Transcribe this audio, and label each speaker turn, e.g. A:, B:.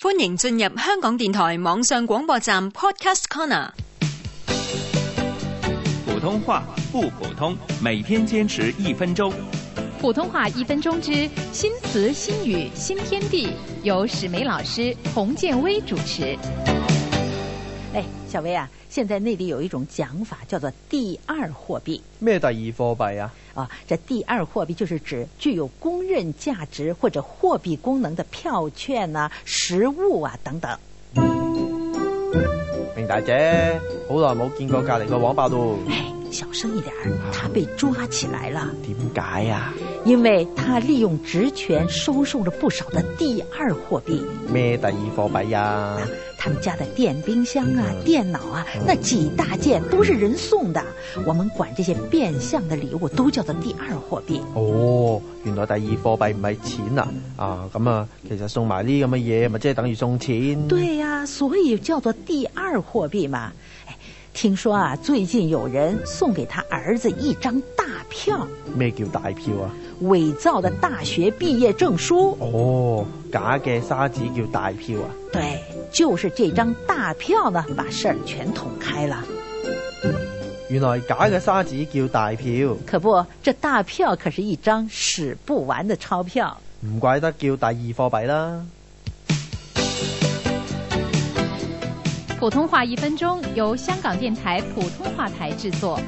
A: 歡迎進入香港電台網上廣播站 Podcast Corner。
B: 普通話不普通，每天堅持一分鐘。
C: 普通話一分鐘之新詞新語新天地，由史梅老師、洪建威主持。
D: 哎，小薇啊，现在内地有一种讲法叫做“第二货币
E: 咩第二貨幣啊？”
D: 啊，这“第二货币”就是指具有公认价值或者货币功能的票券呐、实物啊等等。
E: 明大姐，好耐冇見過隔離個網吧咯。
D: 哎，小声一点儿，他被抓起来了，
E: 點解啊？
D: 因为他利用职权收受了不少的第二货币。
E: 咩第二貨幣啊？
D: 他们家的电冰箱啊、电脑啊，那几大件都是人送的。我们管这些变相的礼物都叫做第二货幣。
E: 哦，原來第二貨幣唔係錢啊！啊，咁啊，其實送埋呢咁嘅嘢，咪即係等於送錢。
D: 对呀、所以叫做第二货币嘛。哎，听说啊，最近有人送给他儿子一张大票，
E: 咩叫大票啊？
D: 伪造的大学毕业证书。
E: 哦，假嘅沙紙叫大票啊！
D: 对，就是这张大票呢，把事儿全捅开了。
E: 原來假嘅沙紙叫大票，
D: 可不，这大票可是一张使不完的钞票。
E: 唔怪得叫第二貨幣啦。
C: 普通话一分鐘由香港電台普通話台製作。